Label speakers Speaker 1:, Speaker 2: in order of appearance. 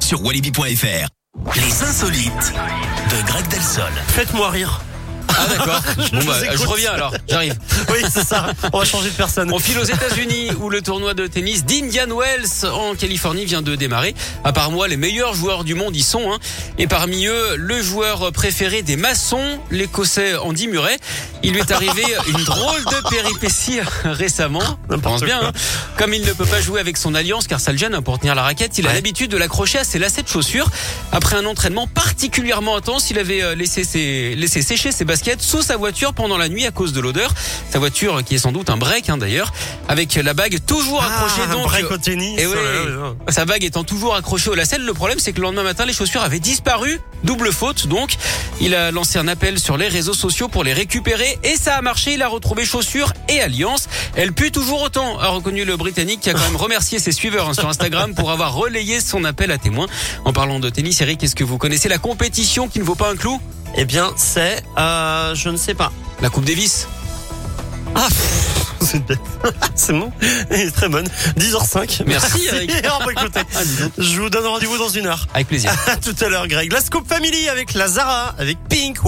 Speaker 1: sur walibi.fr. Les insolites de Greg Delsol.
Speaker 2: Faites-moi rire.
Speaker 3: Ah d'accord. Bon
Speaker 2: vous
Speaker 3: bah,
Speaker 2: écoute.
Speaker 3: je reviens alors. J'arrive.
Speaker 2: Oui, c'est ça. On va changer de personne.
Speaker 3: On file aux États-Unis où le tournoi de tennis d'Indian Wells en Californie vient de démarrer. À part moi, les meilleurs joueurs du monde y sont. hein. Et parmi eux, le joueur préféré des maçons, l'Écossais Andy Murray. Il lui est arrivé une drôle de péripétie euh, récemment. On pense bien. hein. Comme il ne peut pas jouer avec son alliance car ça le gêne hein, pour tenir la raquette, il a l'habitude de l'accrocher à ses lacets de chaussures. Après un entraînement particulièrement intense, il avait euh, laissé, ses- laissé sécher ses baskets sous sa voiture pendant la nuit à cause de l'odeur. Sa voiture euh, qui est sans doute un break hein, d'ailleurs, avec la bague toujours accrochée.
Speaker 2: Ah, un
Speaker 3: donc,
Speaker 2: break
Speaker 3: euh,
Speaker 2: au tennis.
Speaker 3: eh oui.
Speaker 2: Oh là là, là.
Speaker 3: sa bague étant toujours accrochée au lacet, le problème c'est que le lendemain matin, les chaussures avaient disparu. Double faute donc. Il a lancé un appel sur les réseaux sociaux pour les récupérer et ça a marché. Il a retrouvé chaussures et alliance. Elle pue toujours autant, a reconnu le Britannique qui a quand même remercié ses suiveurs hein, sur Instagram pour avoir relayé son appel à témoins. En parlant de tennis, Eric, est-ce que vous connaissez la compétition qui ne vaut pas un clou
Speaker 2: Eh bien, c'est, euh, je ne sais pas.
Speaker 3: La Coupe Davis
Speaker 2: Ah, pff, c'est une bête. c'est bon. Elle est très bonne. 10h05.
Speaker 3: Merci, Eric. Ah,
Speaker 2: Oh, bah, écoutez, je vous donne rendez-vous dans une heure.
Speaker 3: Avec plaisir.
Speaker 2: À tout à l'heure, Greg. La Scoop Family avec Lazara, avec Pink.